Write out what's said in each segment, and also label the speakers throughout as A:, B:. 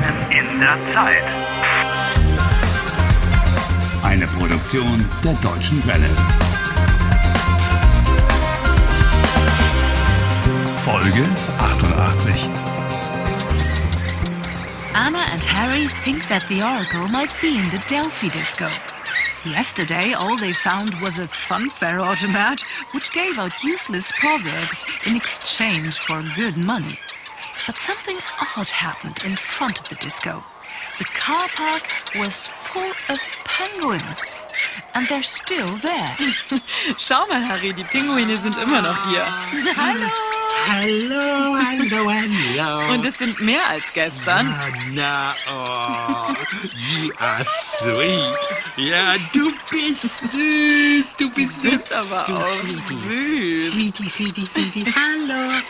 A: der Zeit.
B: Eine Produktion der Deutschen Welle. Folge 88.
C: Anna and Harry think that the Oracle might be in the Delphi Disco. Yesterday, all they found was a funfair automat which gave out useless proverbs in exchange for good money. But something odd happened in front of the disco. The car park was full of penguins, and they're still there.
D: Schau mal, Harry, die Pinguine sind immer noch hier.
C: Ah.
E: Hallo, hallo, hallo.
D: Und es sind mehr als gestern.
E: Anna, oh, you are sweet. Ja, du bist süß, du bist süß.
D: Du bist aber
E: du
D: auch süß.
E: Sweetie, sweetie, sweetie, hallo.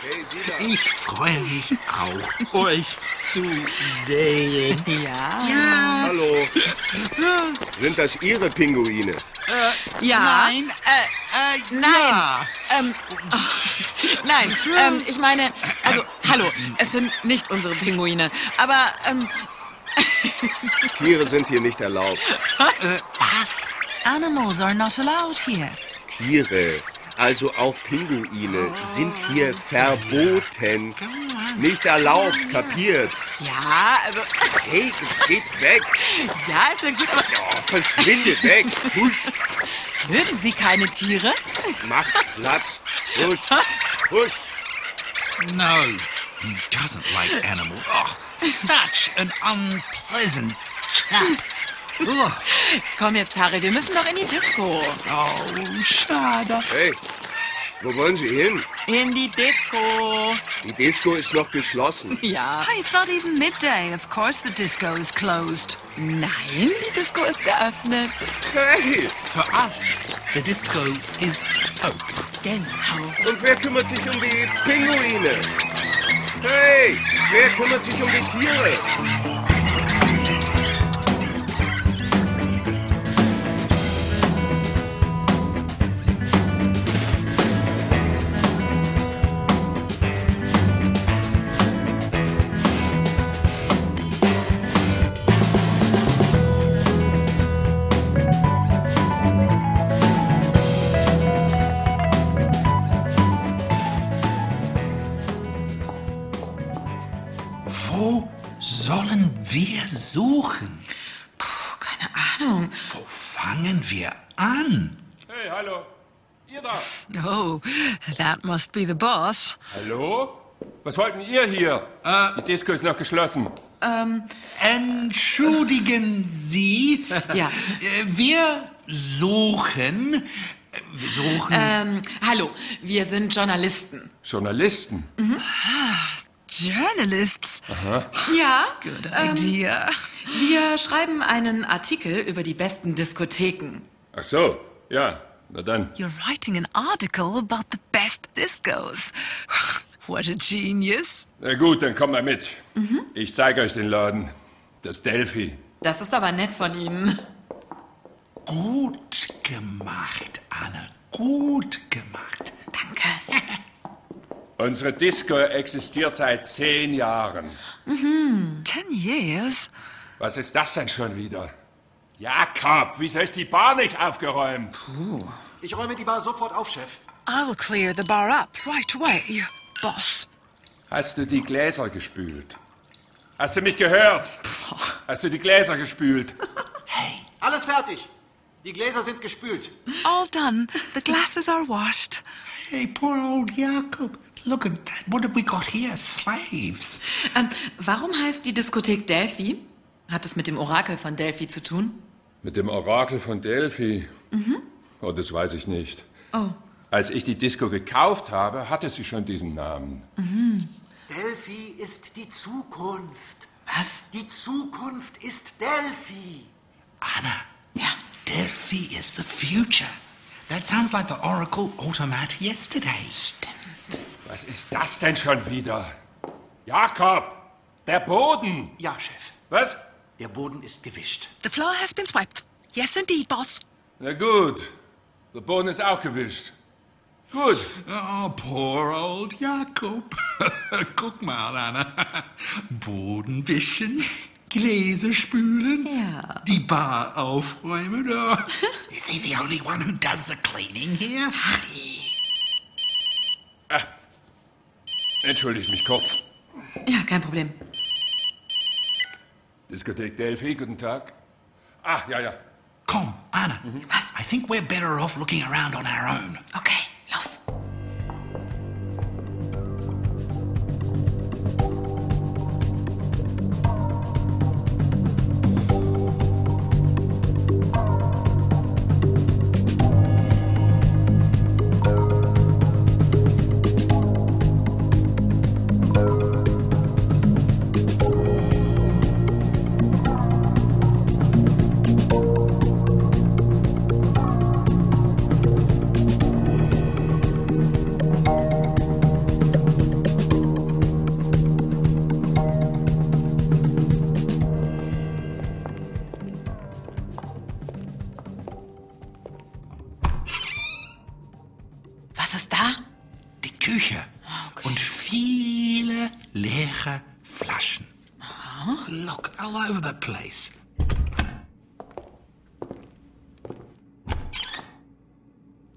E: Ich freue mich auch, euch zu sehen.
D: Ja.
E: Ja,
F: Hallo. Sind das Ihre Pinguine?
D: Ja.
E: Nein.
D: Äh,
E: äh,
D: Nein.
E: ja.
D: ähm, nein, ähm, ich meine, also, hallo, es sind nicht unsere Pinguine. Aber, ähm,
F: Tiere sind hier nicht erlaubt.
E: Was?
C: Animals are not allowed here.
F: Tiere, also auch Pinguine, sind hier verboten. Nicht erlaubt, kapiert.
D: ja, also,
F: Hey, geht weg.
D: ja, es sind gut, aber
F: Oh, verschwindet weg. Husch,
D: mögen Sie keine Tiere?
F: macht Platz. Husch, husch.
E: No, he doesn't like animals. Oh, such an unpleasant chap. Ugh.
D: Komm jetzt, Harry, wir müssen doch in die Disco.
E: Oh, schade.
F: Hey, wo wollen Sie hin?
D: In die Disco.
F: Die Disco ist noch geschlossen.
D: Ja.
C: Hey, it's not even midday. Of course, the disco is closed.
D: Nein, die Disco ist geöffnet.
F: Hey,
E: For us, the disco is open.
D: Genau.
F: und wer kümmert sich um die Pinguine? Hey, wer kümmert sich um die Tiere?
E: Wo sollen wir suchen?
D: Keine Ahnung.
E: Wo fangen wir an?
G: Hey, hallo. Ihr da.
C: Oh, that must be the boss.
G: Hallo? Was wollten ihr hier? Ah,
E: Äh,
G: Die Disco ist noch geschlossen.
E: Entschuldigen Sie.
D: Ja.
E: Äh, Wir suchen. äh, Wir suchen.
D: Ähm, hallo, wir sind Journalisten.
G: Journalisten.
C: Journalists. Um,
D: Ja, ähm,
C: Good idea.
D: wir schreiben einen Artikel über die besten Diskotheken.
G: Ach so, ja. Na dann.
C: You're writing an article about the best discos. What a genius.
G: Na gut, dann kommt mal mit. Ich zeige euch den Laden. Das Delphi.
D: Das ist aber nett von Ihnen.
E: Gut gemacht, Anne. Gut gemacht.
D: Danke.
G: Unsere Disco existiert seit zehn Jahren.
C: Ten years?
G: Was ist das denn schon wieder? Jakob, wieso ist die Bar nicht aufgeräumt?
H: Ich räume die Bar sofort auf, Chef.
C: I'll clear the bar up right away, boss.
G: Hast du die Gläser gespült? Hast du mich gehört? Hast du die Gläser gespült?
H: Alles fertig. Die Gläser sind gespült.
C: All done. The glasses are washed.
E: Hey, poor old Jakob. Look at that. What have we got here? Slaves.
D: Ähm, warum heißt die Diskothek Delphi? Hat es mit dem Orakel von Delphi zu tun?
G: Mit dem Orakel von Delphi? Oh, das weiß ich nicht. Als ich die Disco gekauft habe, hatte sie schon diesen Namen.
H: Delphi ist die Zukunft.
D: Was?
H: Die Zukunft ist Delphi.
E: Anna,
D: Ja.
E: Delphi is the future. That sounds like the Oracle automat yesterday.
G: Was ist das denn schon wieder? Jakob! Der Boden!
H: Ja, Chef.
G: Was?
H: Der Boden ist gewischt.
C: The floor has been swiped. Yes, indeed, boss.
G: Na gut, der Boden ist auch gewischt. Gut,
E: Oh, poor old Jakob. Guck mal, Anna. Bodenwischen. Gläser spülen,
D: Ja.
E: die Bar aufräumen. Oh. Is he the only one who does the cleaning here?
G: Entschuldigt mich kurz.
D: Ja, kein Problem.
G: Diskothek Delphi, guten Tag. Ah, ja, ja.
E: Komm, Anna.
D: Was?
E: I think we're better off looking around on our own.
D: Okay, los. Was ist da?
E: Die Küche. Und viele leere Flaschen. Look all over the place.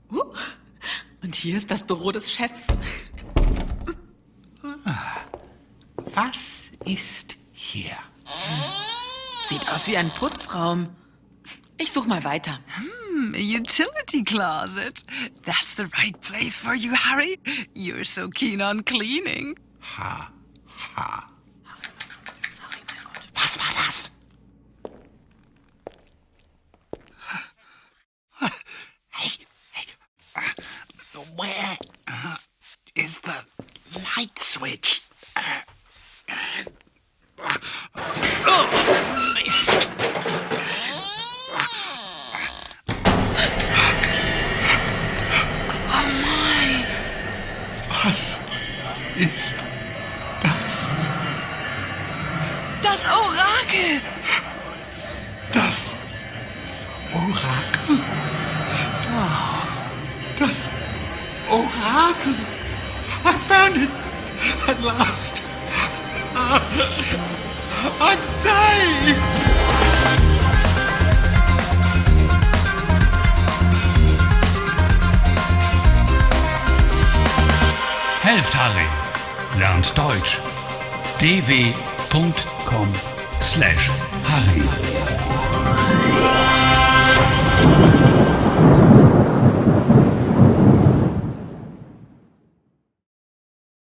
D: Und hier ist das Büro des Chefs.
E: Was ist hier?
D: Sieht aus wie ein Putzraum. Ich such mal weiter.
C: A utility closet. That's the right place for you, Harry. You're so keen on cleaning.
E: Ha, ha. Was war das? Hey, hey. uh, Where uh, is the light switch? Uh, uh, Oh, missed. Oh, Was ist das?
C: Das Orakel!
E: Das Orakel. Ah, Das Orakel. I found it at last. Ah, I'm saved.
B: Helft Harry. Lernt Deutsch. dw.com/harry.